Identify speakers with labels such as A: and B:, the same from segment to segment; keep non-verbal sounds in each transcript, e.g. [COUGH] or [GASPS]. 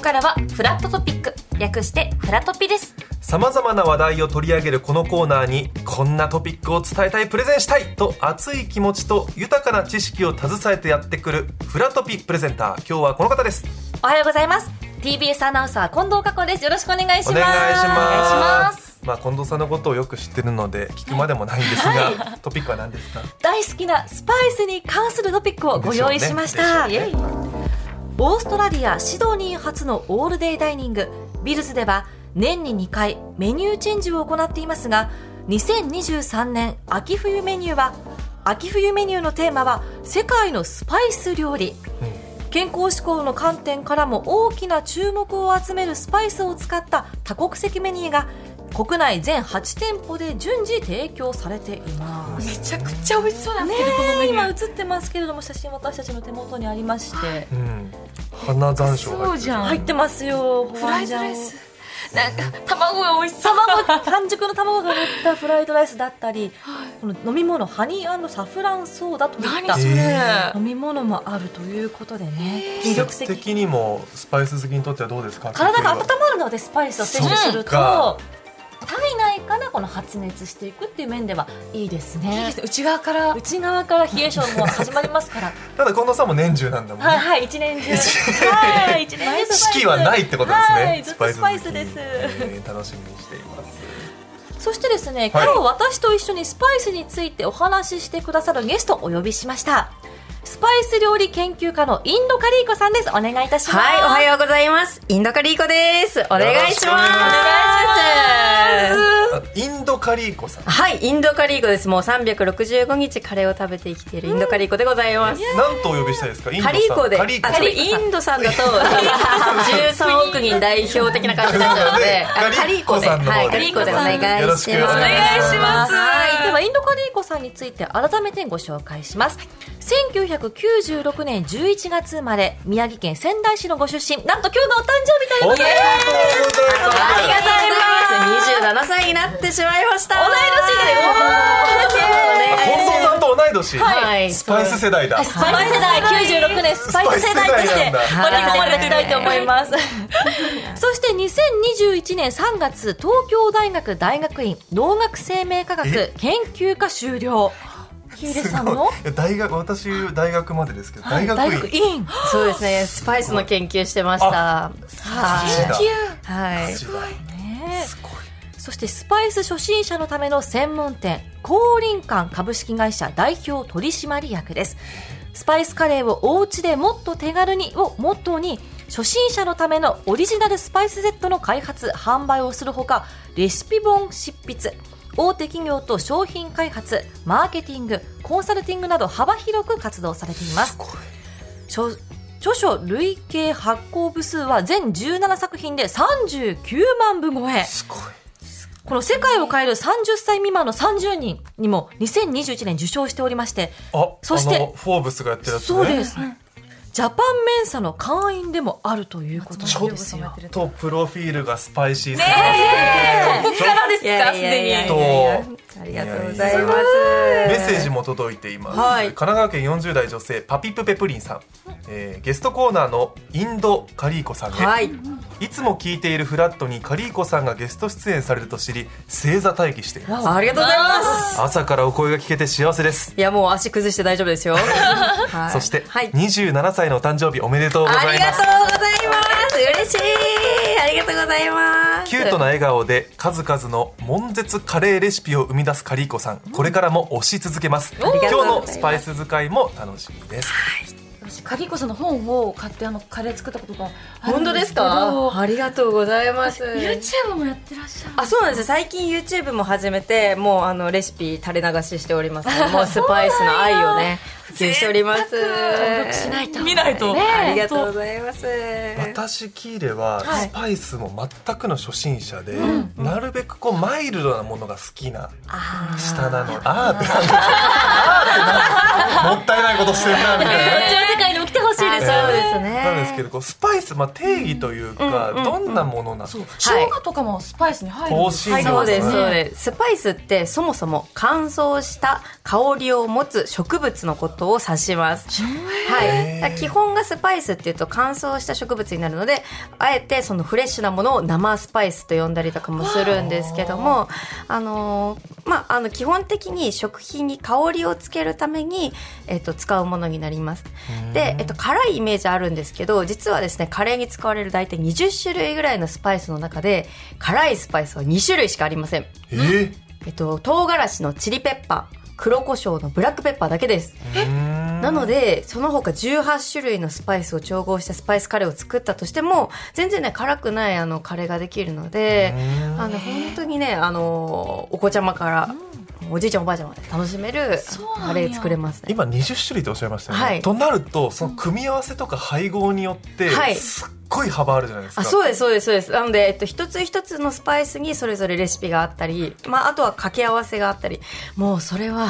A: からはフラットトピック略してフラトピです
B: さまざまな話題を取り上げるこのコーナーにこんなトピックを伝えたいプレゼンしたいと熱い気持ちと豊かな知識を携えてやってくるフラトピプレゼンター今日はこの方です
A: おはようございます TBS アナウンサー近藤佳子ですよろしくお願いします
B: お願いします
A: お願いします
B: まあ近藤さんのことをよく知ってるので聞くまでもないんですが、トピックは何ですか
C: 大好きなスパイスに関するトピックをご用意しました、
B: でしょうねでしょうね
C: オーストラリアシドニー発のオールデイダイニングビルズでは年に2回メニューチェンジを行っていますが2023年秋冬メニューは秋冬メニューのテーマは世界のスパイス料理健康志向の観点からも大きな注目を集めるスパイスを使った多国籍メニューが国内全8店舗で順次提供されています
A: めちゃくちゃ美味しそうなん
C: ね
A: ですけど、このメ
C: え
A: ニュ
C: 今
A: ー
C: 映ってますけれども写真私たちの手元にありまして
B: うん、うん、花山椒が入ってる
A: そうじゃん
C: 入ってますよフ
A: フライドライスなんか卵が美味しそう
C: 卵半熟の卵が乗ったフライドライスだったり、この飲み物ハニーサフランソーダといっ
A: 何
C: た
A: それ、
B: え
C: 飲み物もあるということでね
B: 季
C: 魅力
B: 節
C: 的
B: 的にもスパイス好きにとってはどうですか
C: 体が温まるのでスパイスを摂取すると
B: そうか
C: 体内からこの発熱していくっていう面ではいいですね
A: いいですね内側から
C: 内側から冷え性も始まりますから
B: ただ近藤さんも年中なんだもんね、
C: はいはい一年中はい一年中スパイス
B: 四季はないってことですね、
C: はいずっとスパイスです
B: スパイス好きえー楽しみにしています
C: そしてですね、
B: はい
C: 今日私と一緒にスパイスについてお話ししてくださるゲストをお呼びしました。スパイス料理研究家のインドカリーコさんです。お願いいたします。
D: はい、おは
C: う。
D: ようございます。インドカリーコです。お願いし
B: よ
D: ます。
B: ろしくお願
D: いし
B: あインドカリーコさん
D: ます。はい、インドカリーコです。もう365日カレーを食べて生きているインドカリーコでございます。
B: なんとお呼びしたいですかインドさ
D: カ
B: ん
D: リーコで、
B: カ
D: あ、
B: リー
D: ち
B: コ
D: ょ
B: さ
D: っ
B: ん
D: とインドさんだと、13億人代表的な感じになっちゃうので、あ
B: カ
D: カ
B: リ
D: リ
B: ー
D: ー
B: コ
D: コで、
B: さんの
D: は
B: 方
D: い、
B: で
D: カリーコでお願いします。
B: よろしくお願いします
C: はい。で
D: はい
C: は、インドカリーコさんについて改めてご紹介します。1996年11月生まれ、宮城県仙台市のご出身、なんと今日がお誕生日という
B: お
C: こと
B: めでと
C: で、
B: うございます
D: ありがとうございます。27歳になってしまいました。同い
C: 年で
B: あ
D: で
B: 近藤さんと同い年、
D: はい
B: スパイス世代だ
C: スパイス世代96年スパイス世代として盛り込まれていきたいと思います。 [LAUGHS] そして2021年3月東京大学大学院農学生命科学
B: え
C: 研究科修了。ヒーレさん
B: すごい
C: の
B: いや大学私大学までですけど大学
C: 大
B: 院
C: 学院。
D: そうですね、スパイスの研究してました。はい。
B: 研
D: はい。
B: すごい
C: ね
B: すごい
C: そしてスパイス初心者のための専門店、光林館株式会社代表取締役です。スパイスカレーをお家でもっと手軽にをモットーに、初心者のためのオリジナルスパイスセットの開発、販売をするほか、レシピ本執筆、大手企業と商品開発、マーケティング、コンサルティングなど幅広く活動されています。
B: ごい
C: 著著書累計発行部数は全17作品で39万部超え。
B: すごい
C: この世界を変える30歳未満の30人にも2021年受賞しておりまして、
B: あ
C: そして
B: あのフォーブスがやってるやつね
C: そうです。ジャパンメンサの会員でもあるということ
B: ち
C: な
B: ょ
C: ん
B: っ
C: ですよ。
B: とプロフィールがスパイシーすぎ
A: ここからです
D: いや
A: かす
D: いやいや
A: で
D: い
A: に
D: やありがとうございます。
B: メッセージも届いています、
D: はい
B: 神奈川県40代女性パピプペプリンさん、えーゲストコーナーのインドカリーコさんへ、
D: はい。
B: い、つも聞いているフラットにカリーコさんがゲスト出演されると知り正座待機しています
D: ありがとうございます。
B: 朝からお声が聞けて幸せです、
D: いや、もう足崩して大丈夫 [LAUGHS] ですよ。はい
B: そして、
D: はい。
B: 27歳のお誕生日おめでとうござ
D: あ
B: い
D: り
B: ま
D: がと
B: す
D: うございます。嬉しい。ありがとうございます。
B: キュートな笑顔で数々の悶絶カレーレシピを生み出すカリーコさんこれからも推し続けます今
D: りが
B: 日
D: とうございます
B: のスパイス使いも楽しみです
A: 私カリーコさんの本を買ってあのカレー作ったことがある
D: 本
A: ん
D: 当です
A: けど
D: かありがとうございます。
A: YouTube もやってらっしゃる
D: あそうなんですよ最近 YouTube も始めてもうあのレシピ垂れ流ししておりますのでもうスパイスの愛をね普及しております
C: 登録しないと。
A: 見ないと
C: ね
D: あり
C: え
D: がとうございます
B: 私キーレ
C: は
B: は
C: い
B: スパイスも全くの初心者で、なるべくこうマイルドなものが好きな
C: あー
B: 下なのあーってなんだあーってなんだもったいないことしてるなみたいな
C: こっちの世界にも来てほしいですよ
D: そうでですね
B: なんですけどこうスパイス、まあ、定義というか、
D: うんうん
B: どんなものなんです
A: そう
B: か、
A: 生姜とかもスパイスに入るんです
B: 香
A: か
B: 辛
D: そうで
B: 料
D: す、
B: ね
D: そうです。スパイスってそもそも乾燥した香りを持つ植物のことを指します。はい。だから基本がスパイスっていうと乾燥した植物になるので、あえてそのフレッシュなものを生スパイスと呼んだりとかもするんですけども、あのーまあ、あの、基本的に食品に香りをつけるために、えっと、使うものになります。で、えっと、辛いイメージあるんですけど実はですねカレーに使われる大体20種類ぐらいのスパイスの中で辛いスパイスは2種類しかありません、
B: えー
D: えっと、唐辛子のチリペッパー黒胡椒のブラックペッパーだけですなのでその他18種類のスパイスを調合したスパイスカレーを作ったとしても全然ね辛くないあのカレーができるのであの本当にねあのお子ちゃまから、おじいちゃんおばあちゃんまで楽しめる
A: そうなんや
D: カレー作れますね
B: 今20種類とおっしゃいましたよね、
D: はい
B: となるとその組み合わせとか配合によって、
D: はい
B: すっごい幅あるじゃないですか
D: あそうですそうですそうですなので、えっと、一つ一つのスパイスにそれぞれレシピがあったり、まあ、あとは掛け合わせがあったりもうそれは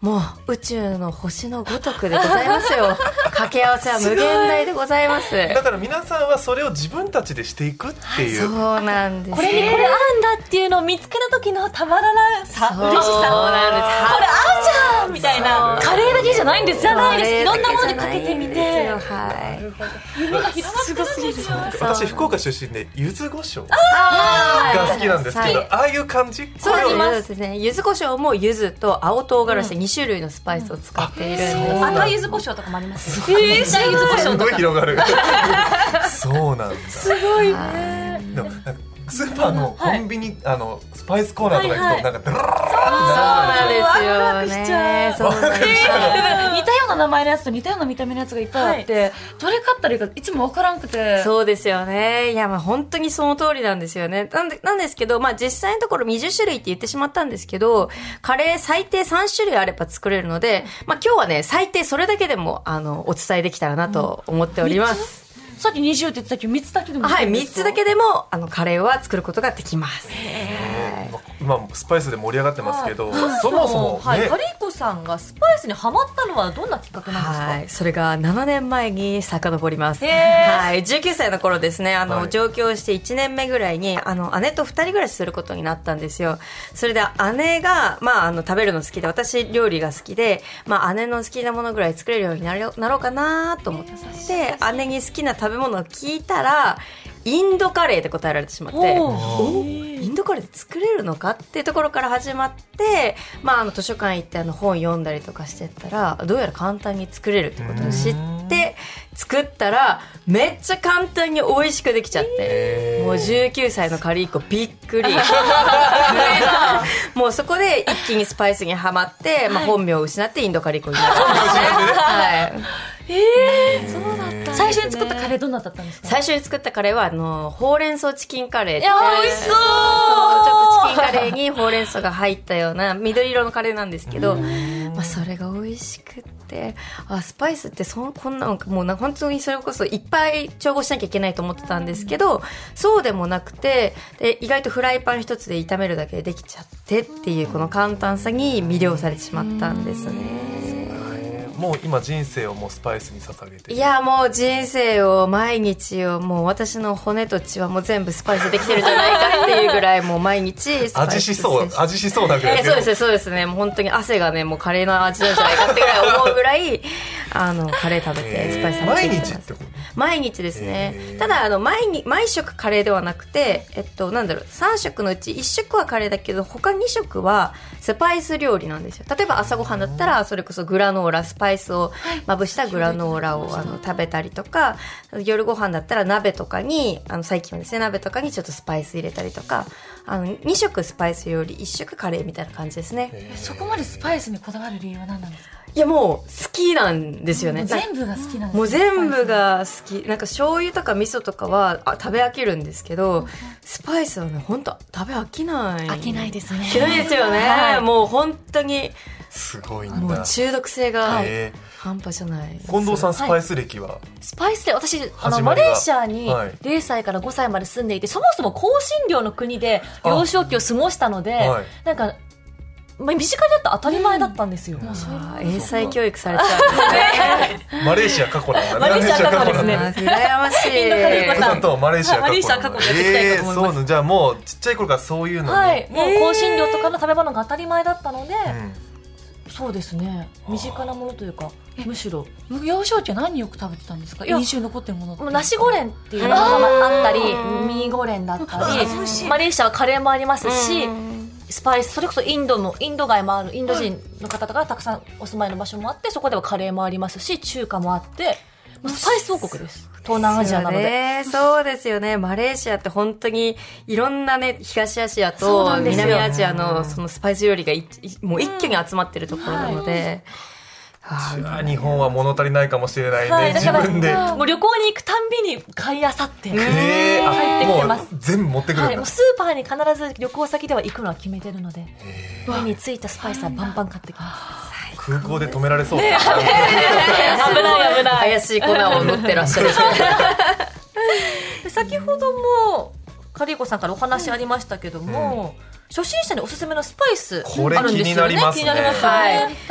D: もう宇宙の星のごとくでございますよ掛け合わせは無限大でございます
B: だから皆さんはそれを自分たちでしていくっていう、
D: そうなんです
C: これにこれあるんだっていうのを見つけた時のたまらなさ
D: そう
C: 嬉しさ
D: な
C: こ
D: ん
C: れあるじゃんみたいなカレーだけじゃないんですじゃないですいろんなものにかけてみて
D: そうはい
C: すごすぎる
B: 私福岡出身で柚子胡椒
D: あ
B: が好きなんですけど、
D: はい
B: ああいう感じこ
D: そう
B: れを
D: ですそうですね柚子胡椒も柚子と青唐辛子で2種類のスパイスを使っているんです、
C: 赤柚子胡椒とかもありますよえー、知ら柚子胡
B: す
C: 椒と
B: ごい
C: か
B: 広がるそうなんだ
D: はい
B: でもなんかスーパーのコンビニ、あのスパイスコーナーとか行くと、
A: はいはい
B: なんかドロ
D: そうなんですよね
A: しちゃう
D: そうなんですよ
A: 似たよう [LAUGHS] な名前のやつと似たような見た目のやつがいっぱいあって、どれ買ったらいいかいつも分からんくて
D: そうですよね。いや、まあ本当にその通りなんですよね。なんで、なんですけど、まあ実際のところ20種類って言ってしまったんですけど、カレー最低3種類あれば作れるので、まあ今日はね、最低それだけでも、あの、お伝えできたらなと思っております。
A: さっき20って言ってたけど3つだけでも
D: はい、3つだけでも、あの、カレーは作ることができます。
B: 今もスパイスで盛り上がってますけど、そもそもね、
C: はい、カリーコさんがスパイスにハマったのはどんなきっかけなんですか、
D: はい、それが7年前に遡ります。
C: へー
D: はい、19歳の頃ですね、あの、
B: はい
D: 上京して1年目ぐらいに、あの、姉と2人暮らしすることになったんですよ。それで姉が、まあ、あの、食べるの好きで、私料理が好きで、まあ、姉の好きなものぐらい作れるようになろうなろうかなと思って、姉に好きな食べ物を聞いたら、インドカレーって答えられてしまって、
A: お
D: インドカレー作れるのかっていうところから始まって、まあ、あの図書館行ってあの本読んだりとかしてったらどうやら簡単に作れるってことを知って作ったらめっちゃ簡単に美味しくできちゃってもう19歳のカリーコびっくり
C: [LAUGHS]
D: もうそこで一気にスパイスにはまって、まあ、本名を失ってインドカリーコになったんです
C: [LAUGHS]
D: ね、はい、
A: 最初に作ったカレーどんなだったんですか
D: 最初に作ったカレーはあのほうれん草チキンカレーって
C: いやー美味しそう
D: そうちょっとチキンカレーにほうれん草が入ったような緑色のカレーなんですけど、まあ、それが美味しくってあスパイスってそんこんなのもうな本当にそれこそいっぱい調合しなきゃいけないと思ってたんですけどそうでもなくてで意外とフライパン一つで炒めるだけでできちゃってっていうこの簡単さに魅了されてしまったんですね。
B: もう今人生をもうスパイスに捧げて
D: いやもう人生を毎日をもう私の骨と血はもう全部スパイスできてるんじゃないかっていうぐらいもう毎日スパイス
B: 味しそう
D: 摂取
B: 味しそうだけど
D: えそうですねそうですねもう本当に汗がねもうカレーの味なんじゃないかってぐらい思うぐ
B: [LAUGHS]
D: らいあのカレー食べてスパイス食べ
B: 毎
D: ていき
B: 日
D: ま
B: っ
D: す
B: てこと
D: 毎日ですね、
B: へー
D: ただあの毎日毎食カレーではなくてえっとなんだろう3食のうち1食はカレーだけど他2食はスパイス料理なんですよ例えば朝ごはんだったらそれこそグラノーラスパイスをまぶしたグラノーラをあの食べたりとか夜ご飯だったら鍋とかにあの最近はですね鍋とかにちょっとスパイス入れたりとかあの2食スパイス料理1食カレーみたいな感じですね
A: えそこまでスパイスにこだわる理由は何なんですか
D: いやもう好きなんですよね
A: 全部が好きなんです
D: もう全部が好きなんか醤油とか味噌とかはあ食べ飽きるんですけどスパイスはね本当食べ飽きない
A: 飽きない
D: で
A: ですね
D: 飽きないですよね、もう本当に
B: すごいん
D: もう
B: だ
D: 中毒性が
B: え
D: 半端じゃない、
B: ー近藤さん
D: ん
B: スパイス歴は、
C: スパイスで私あのマ
B: 始まりは
C: レーシアに
B: はい
C: 0歳から5歳まで住んでいてそもそも香辛料の国で幼少期を過ごしたので、
B: はい
C: なんかまあ身近にあった当たり前だったんですよ、
D: あー英才教育されちゃうんですね。
B: マレーシア過去なんだ
C: [LAUGHS]
B: ね。
C: マレーシア過去ですね
B: マレーシア過去なんだ
D: 羨ましい。
C: カリコ
B: さんとマレーシア過去な
C: マ
B: んだ。
C: レーシア過去やっていきたいと思います
B: えーそうなんじゃあもうちっちゃい頃からそういうのに。
C: はい、もう
D: えー
C: 香辛料とかの食べ物が当たり前だったので、
B: うん
C: そうですね身近なものというかむしろ
A: 幼少期は何よく食べてたんですか
C: いや
A: 印象に残ってるものって
C: もう梨ゴレンっていうのがあったりミーゴレンだったりマレーシアはカレーもありますし、スパイスそれこそインドのインド街もあるインド人の方とかがたくさんお住まいの場所もあってそこではカレーもありますし中華もあってもうスパイス王国です東南アジアなので。
D: ね、そうですよね。マレーシアって本当にいろんなね、東アジア
C: そう
D: と
C: なんですよ
D: 南アジアのそのスパイス料理がいいもう一挙に集まってるところなので。はい
B: や日本は物足りないかもしれないね、
C: はい、だ
B: 自
C: から
B: 分で。
C: もう旅行に行くたんびに買いあさって、
B: えーあ
C: 帰ってきてます
B: もう全部持ってくるん
C: は
B: だ
C: い、もうスーパーに必ず旅行先では行くのは決めてるので家に着いたスパイスはバンバン買ってきます
B: 空港で止められそうだ、
C: [LAUGHS]
D: あ危ない危ない。怪しい粉を乗ってらっしゃる。
C: で先ほどもカリーコさんからお話ありましたけども、初心者におすすめのスパイス
B: これ
C: あるんですよね
B: 気になります
C: 気
B: ね
C: になりますよね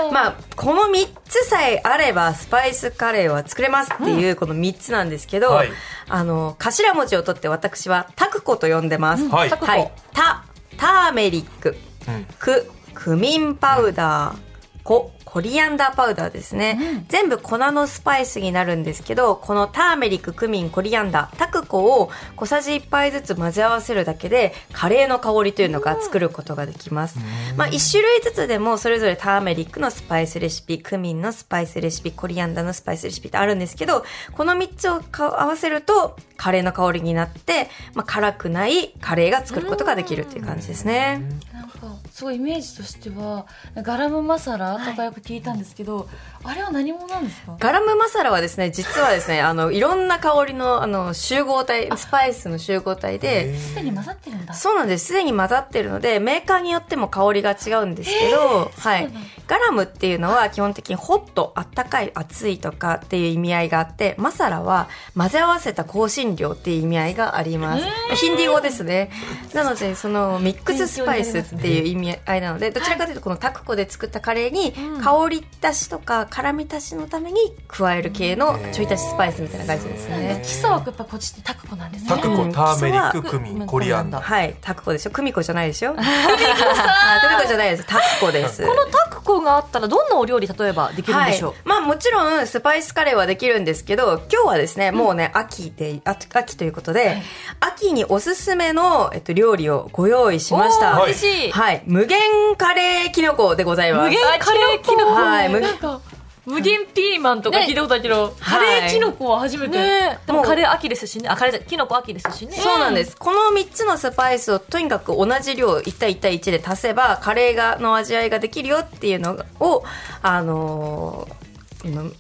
D: はい。まあ、この3つさえあれば、スパイスカレーは作れますっていう、この3つなんですけど、
B: はい
D: あの、頭文字を取って私はタクコと呼んでます。
B: はい
C: タクコ
D: はい。タ、ターメリック、
B: うん
D: ク、クミンパウダー、コ、コリアンダーパウダーですね、全部粉のスパイスになるんですけど、このターメリック、クミン、コリアンダー、タクコを小さじ1杯ずつ混ぜ合わせるだけで、カレーの香りというのが作ることができます。まあ、1種類ずつでもそれぞれターメリックのスパイスレシピ、クミンのスパイスレシピ、コリアンダーのスパイスレシピってあるんですけど、この3つをか合わせると、カレーの香りになって、まあ、辛くないカレーが作ることができるっていう感じですね。
A: なんかすごいイメージとしてはガラムマサラとかよく聞いたんですけど、あれは何者なんですか
D: ガラムマサラはですね、実はですね、あの、いろんな香りの、あの、集合体、スパイスの集合体で、
A: すでに混ざってるんだ
D: そうなんです。すでに混ざってるので、メーカーによっても香りが違うんですけど、はい。ガラムっていうのは基本的にホット、あったかい、熱いとかっていう意味合いがあって、マサラは混ぜ合わせた香辛料っていう意味合いがあります。ヒンディー語ですね。なので、そのミックススパイスっていう意味合いなので、どちらかというとこのタクコで作ったカレーに香り足しとか辛み足しのために加える系のちょい足しスパイスみたいな感じですね
A: 基。礎はやっぱこっちってタクコなんです
B: タ
A: ね
B: クコ、ターメリック、
D: うん
B: クミン、コリアンダー。
D: はい、タクコでしょ。クミコじゃないでしょ。ク [LAUGHS] ミコさん。クミコじゃないです。タクコです。
C: このタクコがあったらどんなお料理例えばできるんでしょう、
D: はい、まあもちろんスパイスカレーはできるんですけど今日はですねもうね、秋であ秋ということで、秋におすすめの、えっと、料理をご用意しました
B: おー美
C: 味しい
D: はい、無限カレーキノコでございま
C: 無
D: す
C: 限カレーキノコ
D: はい無
A: なんか無限ピーマンとか聞いたことあるけど、カレーキノコは初めて、
C: ねえでも
D: もう
C: カレー秋ですしねあカレーじゃないキノコ秋ですしね
D: そうなんです。この3つのスパイスをとにかく同じ量1対1対1で足せばカレーがの味わいができるよっていうのを、あのーうん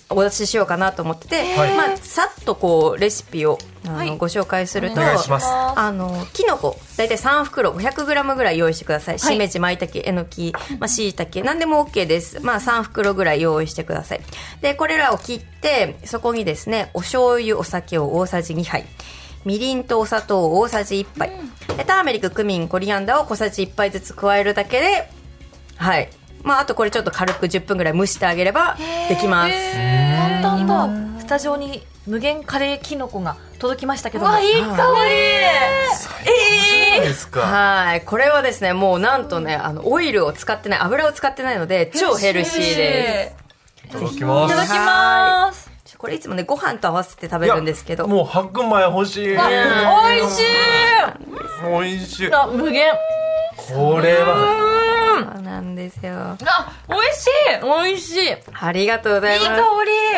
D: お出ししようかなと思ってて、
B: はい
D: まあ、さっとこうレシピをあの、
C: い
D: ご紹介すると
B: お願いします
D: あのきのこ大体3袋 500g ぐらい用意してくださ
C: は
D: い、
C: い
D: しめじまいたけえのき、まあ、しいたけ何でも OK です、まあ、3袋ぐらい用意してくださいでこれらを切ってそこにですねお醤油お酒を大さじ2杯みりんとお砂糖を大さじ1杯、でターメリッククミンコリアンダーを小さじ1杯ずつ加えるだけではいまああとこれちょっと軽く10分ぐらい蒸してあげればできます、
C: 簡単だスタジオに無限カレーキノコが届きましたけども
D: い香り
B: いいですか。
D: はい。これはですね、もうなんとね、あの、オイルを使ってない、油を使ってないので、超ヘルシーで
B: いただきます。
C: いただきます
D: す。これいつもね、ご飯と合わせて食べるんですけど。
B: もう白米欲しい。
C: 美味しい
B: 美味しい。
C: あ無限
B: これは。
D: そうなんですよ。
C: あ美味しい美味しい
D: ありがとうございます。
C: だか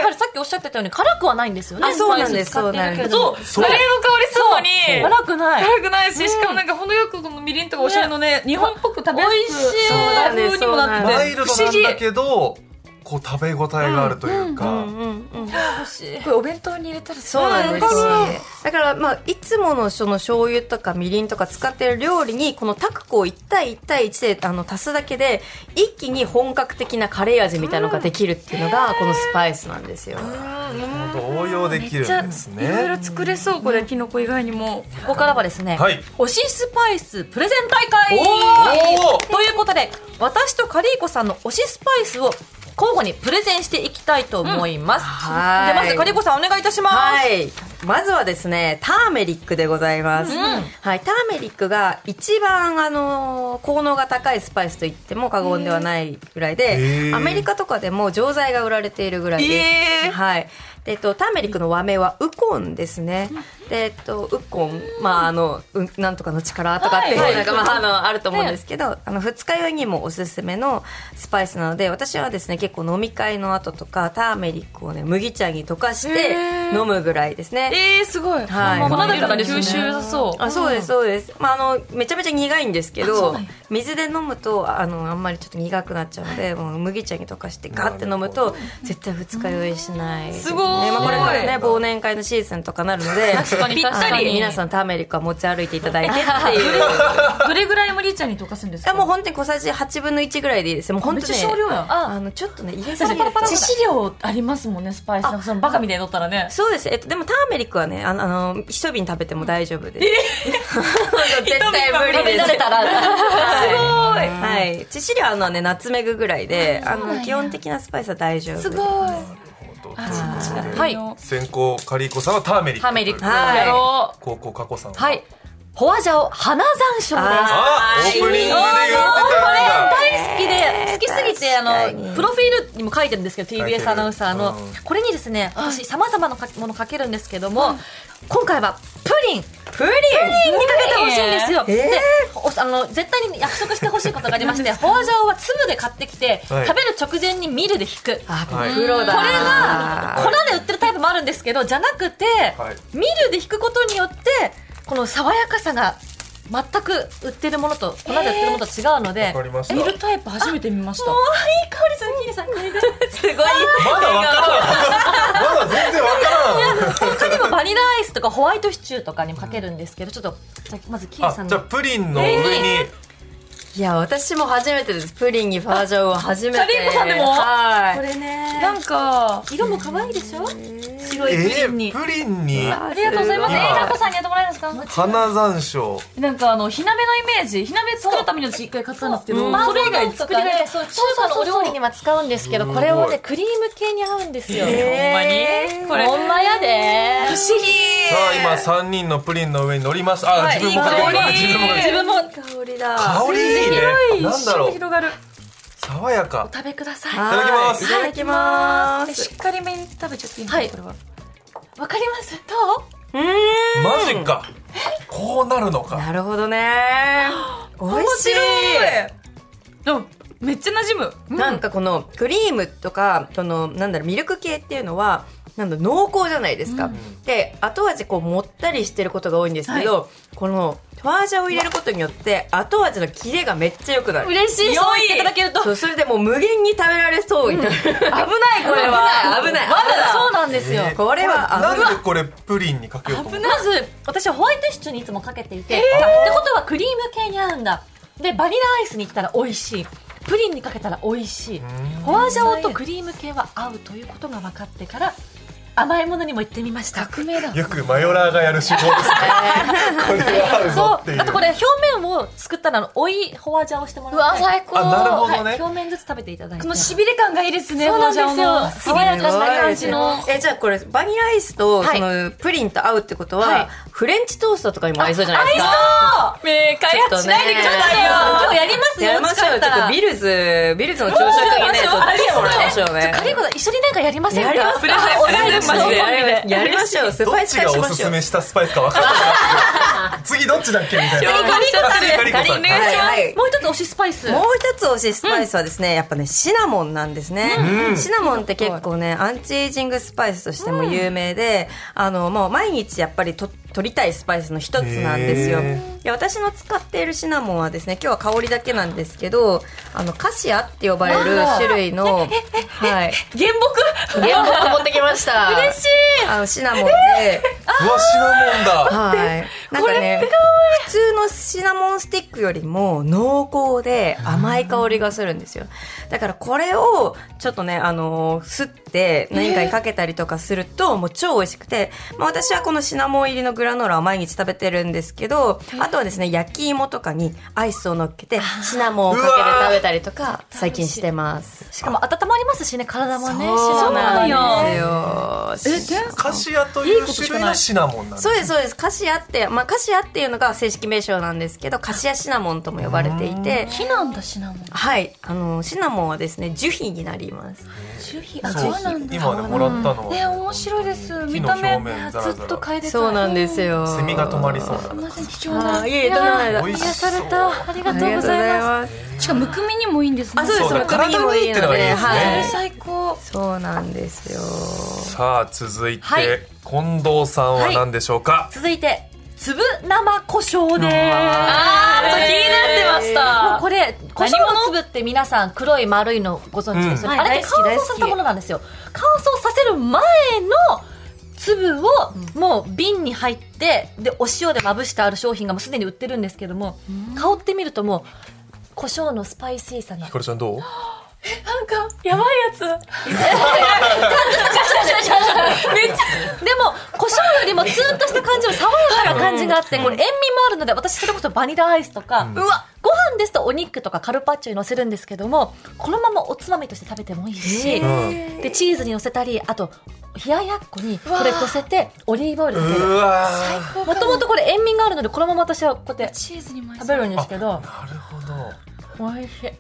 C: らさっきおっしゃってたように辛くはないんですよね。
D: あそうなんです
C: スパイス使ってるけど
D: そう
C: そう
B: そう。
A: カレーの香りするのに
C: 辛くない。
A: 辛くないし、しかもなんかほどよくこのみりんとかお醤油のね、日本っぽく食べやす
C: 美味しい
A: そうな風にもなって
D: そうなん
B: マ
A: て
B: イ
A: て
B: ル
A: 不
B: ドな
A: 思
B: ん
A: 議
B: だけど、構食べ応えがあるという
D: う
B: か、
D: んうんうん
C: 欲しい
A: これお弁当に入れたらすご
D: そう
A: い
D: なんです
A: 美味しい
D: よだからまあいつものその醤油とかみりんとか使ってる料理にこのタクコを1対1対1であの足すだけで一気に本格的なカレー味みたいなのができるっていうのがこのスパイスなんですよ。
B: 本当応用できるんです
A: めっちゃいろい
B: ね
A: ろ作れそうこれキノコ以外にも
C: ここからはですね、
B: はい
C: 推しスパイスプレゼン大会
B: おー
C: ということで私とカリーコさんの推しスパイスを交互にプレゼンしていきたいと思います、
D: はい
C: でまずカリーコさんお願いいたします、
D: はい。まずはですね、ターメリックでございます。
C: うん
D: はい。ターメリックが一番、あのー効能が高いスパイスと言っても過言ではないぐらい
B: へ
D: で、
B: ー
D: アメリカとかでも錠剤が売られているぐらいです。
C: えー
D: はい。でえっと、ターメリックの和名はウコンですね。で、えっと、ウコン、まあ、あの、うんなんとかの力とかっていう
C: はい
D: のが、まあ、あの、あると思うんですけど、あの、二日酔いにもおすすめのスパイスなので、私はですね、結構飲み会の後とか、ターメリックをね、麦茶に溶かして飲むぐらいですね。
A: えー、すごい、
D: はい
A: まあまだ
C: まだまだですね
A: 吸収さそう
D: あそうですそうです、まあ、あのめちゃめちゃ苦いんですけ
A: あそう
D: ど
A: なんや
D: 水で飲むとあのあんまりちょっと苦くなっちゃうのでもう麦茶に溶かしてガッて飲むと絶対二日酔いしないです
C: ごーい
D: まあ、これからね忘年会のシーズンとかなるので
C: 確かに
D: ぴったり
C: 確かに
D: 皆さんターメリックは持ち歩いていただいてっていう
A: どれぐらい麦茶に溶かすんです
D: いや
A: か
D: もう本当に小さじ8分の1ぐらいでいいですよもう本当
A: めっちゃ少量やん
D: ああのちょっとね入れすぎ
A: 確
D: る
A: かに
D: と
A: 致死量ありますもんねスパイスなんかそのバカみたいに乗ったらね
D: そうです、えっと、でもターメリックはねあのあの一瓶食べても大丈夫です、 [LAUGHS] 絶対無理です
C: 食べ慣れたら
D: はい、はい、致死量あのねナツメグぐらいであ
A: そうなん
D: の
A: や
D: 基本的なスパイスは大丈夫
A: すごい
C: はい
A: は
B: 先行カリーコさんはターメリック
C: ターメリック
D: はい
C: やろう
B: 高校カコさんは
C: はいホワジャオ花山椒です
B: あ
D: あー
B: オープニングで言ってた
C: 大
B: や
C: 好きで好きすぎてあ
D: 確か
C: の
D: に
C: プロフィールにも書いてるんですけど
B: 書いてる
C: TBS アナウンサーの
B: うん
C: これにですね私さまざまなもの書けるんですけども今回はプリン
D: プリ
C: プリンにかけてほしいんですよ、
D: えー
C: でおあの絶対に約束してほしいことがあり
B: [LAUGHS]
C: ましてホワジャオは粒で買ってきて、
B: はい
C: 食べる直前にミルで引く
D: あ
B: はい
D: プロだ
C: これ
B: は
C: 粉で売ってるタイプもあるんですけどじゃなくて、
B: はい
C: ミルで引くことによってこの爽やかさが全く売ってるものと粉で売ってるものと違うので、
B: わかりました
A: いミルタイプ初めて見ました
C: もういい香りするヒデさん嗅いですごい
B: まだわからんまだ全然わからん
C: 他にもバニラアイスとかホワイトシチューとかにもかけるんですけどちょっとじゃあまずキーさ
B: あ
C: ん
B: じゃあ
C: の
B: プリンの上に
D: いや私も初めてですプリンにファージョンは初めて
C: カリー子さんでも
D: はい
C: れね
A: なんか
C: 色も可愛いでしょ白いプリ
B: え
C: ンに
B: ープリンに
A: ありがとうございます
B: す
A: え
B: ごい
A: ータコさんにやってもらえますか
B: 花山椒
A: なんかあの火鍋のイメージ火鍋作るために私一回買ったんですけど
D: そう
A: それ以外作りが
C: そ
A: そうう
C: 中華のお料理には使うんですけど
B: すごい
C: これをねクリーム系に合うんですよ、
D: え
C: ほんま
D: ー
C: にこれほんまやで
A: 不思議
B: さあ今三人のプリンの上に乗りますあ自分もかけ
A: いい香り
B: ま自分もかけ
C: 自分も
D: 香りだ
B: 香りいいねなんだろう
A: 広がる
B: 爽やか
A: 食べください
D: はい
B: ただきます
D: いただきま
A: ですしっかりめに食べちゃっていいの
C: はい
A: これは
C: わかりますど
D: うーん
B: マジかこうなるのか
D: なるほど [GASPS] ね美味しい
A: うんめっちゃ馴染む
D: なんかこのクリームとかそのなんだろうミルク系っていうのはなんだ濃厚じゃないですか、で後味こうもったりしてることが多いんですけど、このファージャを入れることによって後味のキレがめっちゃ良くな
C: う
D: る
C: 嬉しいそう言っていただけると
D: そうそれでもう無限に食べられそうになる、 [LAUGHS] 危ないこれは危ない
C: まだそうなんですよ、
B: えー
D: これは
B: な
D: 危ない
B: んでこれプリンにかけようと思った
C: まず私はホワイトシチューにいつもかけていて、ってことはクリーム系に合うんだでバニラアイスに行ったら美味しいプリンにかけたら美味しいフォアジャオとクリーム系は合うということが分かってから甘いものにも行ってみました
A: 革命だ
B: よくマヨラーがやる手法ですねこれは合うぞって
C: そ
B: いうう
C: あとこれ表面を作ったらあの追いフォアジャオをしてもら
A: う
C: って
A: わ最高
B: あなるほどね
C: はい表面ずつ食べていただいて
A: このしびれ感がいいですね
C: そうなんですよ
A: ホワジャオの爽やかな感じの
D: えじゃあこれバニラアイスと
C: は
D: そ
C: い
D: のプリンと合うってことは、
C: はい
D: フレンチトーストとかにも合いそうじゃないですか
C: メーカ
D: ちょっとね
C: 今日やりますよ
D: やりましょうよ
C: も
D: ちょっ
C: か
D: と
C: っ
D: ビルズビルズの朝食にねちょっと来てもらいましょう
C: たら
D: ね
C: カリー子さん一緒になんかやりませんか
D: やりますか
C: お願いします
D: マジでやりましょうス
B: ど
D: パ
B: っ
D: イス
B: ち
D: 化
B: が
D: し
B: お
D: ますし
B: す
D: ょう
B: めしたスパイスか分かんなかった次どっちだっけみたい
C: カ
B: な
C: リー子さんです
B: 次カリーコさん
C: カリーコさん
D: はいはい
C: もう一つ推しスパイス
D: もう一つ推しスパイスはですね、やっぱねシナモンなんですね、
B: うん
D: シナモンって結構ねアンチエイジングスパイスとしても有名で、あのもう毎日やっぱりと取りたいスパイスの一つなんですよ。
B: へ
D: いや私の使っているシナモンはですね今日は香りだけなんですけどあのカシアって呼ばれる種類の、はい、
A: 原木
D: 原木を持ってきました。
A: 嬉しい
D: あのシナモンで、
B: うわシナモンだ
D: はい。なんかね、普通のシナモンスティックよりも濃厚で甘い香りがするんですよ。だからこれをちょっとね、あのー、吸って何かにかけたりとかすると、もう超美味しくて、まあ私はこのシナモン入りのグラノーラを毎日食べてるんですけど、あとはですね、焼き芋とかにアイスを乗っけて、シナモンをかけて食べたりとか、最近してます。
C: しかも温まりますしね、体もね。
A: うなんよ
D: なんですよ。
B: カシアという種類のシナモンなんです
D: そうですそうですカシアって、まあ、カシアっていうのが正式名称なんですけどカシアシナモンとも呼ばれていて
A: 木なんだシナモン
D: はいあのシナモンはですね樹皮になります
A: 樹皮あ
B: そう
A: そうなんだ
B: 今ねもらったの
A: ね
B: は
A: 面白いです見
B: の
A: た
B: 表
A: 目
B: 面
A: ね
B: ザラザラ
A: ずっと変えてたい
D: そうなんですよ
B: セミが止まりそうだ
A: すみ
B: な
A: ません貴重な
D: あーいえいえとんでもな
A: や
D: いです
A: ー
B: 美味し
A: 癒
B: そう
A: されたありが
D: あ
A: とうございます
D: す
A: しかもむくみにもいいんですね
D: あそうです
B: そうだ
D: むくみにもい
B: 体にい
D: いの
B: いってのがいいですね
D: はい
A: 最高
D: そうなんですよ
B: さあ続いて、
C: はい
B: 近藤さんは何でしょうか、
C: 続いて、粒生胡椒です。
A: あーそう気になってました
C: もうこれ、胡椒の粒って皆さん黒い丸いのご存知ですよね。
D: うん
C: あれって乾燥させたものなんですよ。乾燥させる前の粒をもう瓶に入って、で、お塩でまぶしてある商品がもうすでに売ってるんですけども、香ってみるともう、胡椒のスパイシーさが
B: ひ。かるちゃんどう
A: なんかやばいやつ
C: でも、胡椒よりもツーンとした感じの爽やかな感じがあって、これ塩味もあるので、私それこそバニラアイスとか、
B: ん
C: うわご飯ですとお肉とかカルパッチョに乗せるんですけども、このままおつまみとして食べてもいいし、
B: ん
C: で、チーズに乗せたり、あと、冷ややっこにこれ乗せて、オリーブオイルかけ
B: う
C: る。
B: わ
C: もともとこれ塩味があるので、このまま私はこうやって
A: チーズにも合いそう
C: 食べるんですけど、
B: ーなるほど
C: おいしい。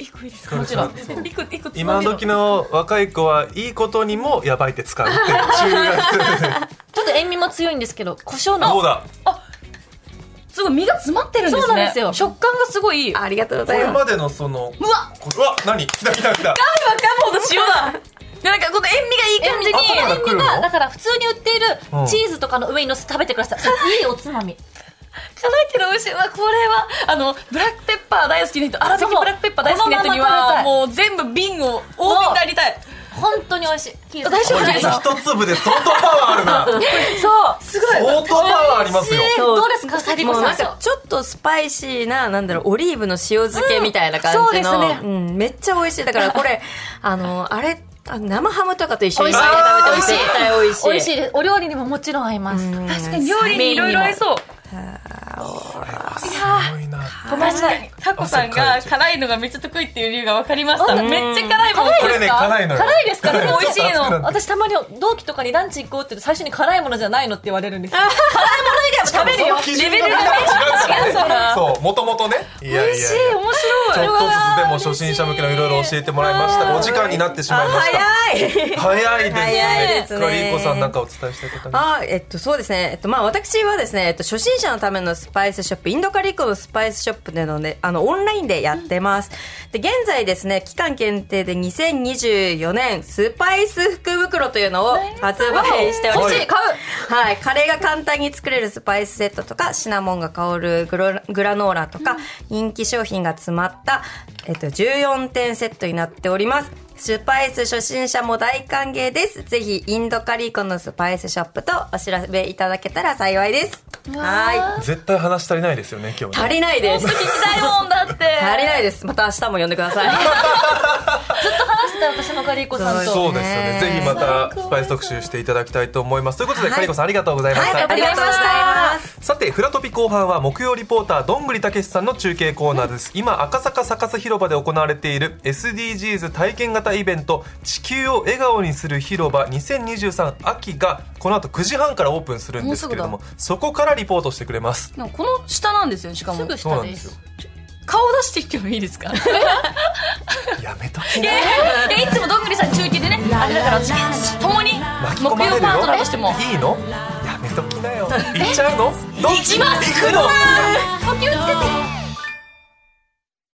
A: 一個いいです
B: ひ
A: か
B: かるちゃんそう
C: いくいくつま
B: 今
C: みの
B: 時の若い子はいいことにもやばいって使うっ
A: [LAUGHS]
B: ていう注意が
C: ちょっと塩味も強いんですけど、胡椒
B: ど
C: の
B: うだ
A: すごい身が詰まってるんですね
C: そうなんですよ
A: 食感がすごいいい
D: ありがとうご
B: こ
D: ざい
B: れ
D: ま
B: ま
D: す
B: でのその
A: うわ
B: こうわ何来た来た来た
A: ほど塩だでなんかこの塩味がいい感じに
B: 後から来るの
C: がだから普通に売っている
B: うん
C: チーズとかの上に乗せて食べてください、いいおつまみ
A: 辛いけど美味しいわこれはあのブラックペッパー大好きな人荒
C: そう
A: きブラックペッパー大好きな人に
C: このまま食べた
A: はいもう全部瓶を大瓶でありたい
C: 本当に美味しいチーズ
A: 大丈夫
B: これ
A: ですか
B: 一粒で相当パワーあるな
C: [LAUGHS] そう
A: [LAUGHS] すごい
B: 相当パワーありますよ
C: どうですかサリコ
D: もう
C: さ
D: なんんかちょっとスパイシーな、なんだろう、オリーブの塩漬けみたいな感じの。
C: うんそうです
D: ね。ん、めっちゃ美味しい。だからこれ、あの、あれ、あ生ハムとかと一緒に食べ
B: 美
D: て
B: 味しい
D: 絶対美味しい。
C: 美味しいですお料理にももちろん合います、
A: 確かに料理にいろいろ合いそう
B: すごいな
A: 確かにタコさんが辛いのがめっちゃ得意っていう理由が分かりました
C: う
A: め
D: ん
A: っちゃ辛いもの
B: これね辛いのよ
C: 辛いですか
B: 辛
C: でも美味しい
B: ちょっと熱くなって
C: の私たまに同期とかにランチ行こうって言うと最初に辛いものじゃないのって言われるんです [LAUGHS] よ辛いもの以外も食べるよレベルがね
B: 違うそう、もともとね。いやいやいや。
A: 面白い
B: ちょっとずつでも初心者向けのいろいろ教えてもらいましたがお時間になってしまいました
D: 早い [LAUGHS]
B: 早いですね
D: 早いですね
B: クラリーコさんなんかお伝えしたいことあります
D: あえっと、そうですね。えっと、まあ、私はですね、えっと、初心者のためのスパイスショップ、インドカリコのスパイスショップでのね、あの、オンラインでやってます。で、現在ですね、期間限定で2024年、スパイス福袋というのを発売しております。
B: はい
D: 買うはい。カレーが簡単に作れるスパイスセットとか、シナモンが香るグログラノーラとか、人気商品が詰まった、えっと、14点セットになっております。スパイス初心者も大歓迎です。ぜひ、インドカリーコのスパイスショップとお調べいただけたら幸いです。は
B: 絶対話足りないですよね今
D: い。
B: 日
D: 足
B: ね
D: りないです。足
A: 聞きたいもんだって
D: りないです。また明日も呼んでくださ [LAUGHS] い。
C: 話してた私もカリーコさんと
B: そうですよね
D: ね
B: ぜひまたスパイス特集していただきたいと思いますということで
D: はい
B: カリーコさんありがとうございまし
D: はい、あ
B: た
D: りがとうございます。
B: さてフラトピ後半は木曜リポーターどんぐりたけしさんの中継コーナーです今赤坂サカス広場で行われている SDGs 体験型イベント地球を笑顔にする広場2023秋がこの後9時半からオープンするんですけれどもそこからリポートしてくれます
A: でもこの下なんですよしかも
C: すぐ
B: そうな
C: 下
B: ん
C: で
B: です
C: す
B: よ
A: 顔出してきてもいいですか
B: やめとき
A: い
B: な
A: やいやいつもどんぐりさん中継でねあれだから共に
B: 巻き込
A: 木
B: まれ
A: 曜
B: る
A: パートナーとしても
B: よいいのやめときなよ行っちゃうのどっち
A: 行きます
B: 行くの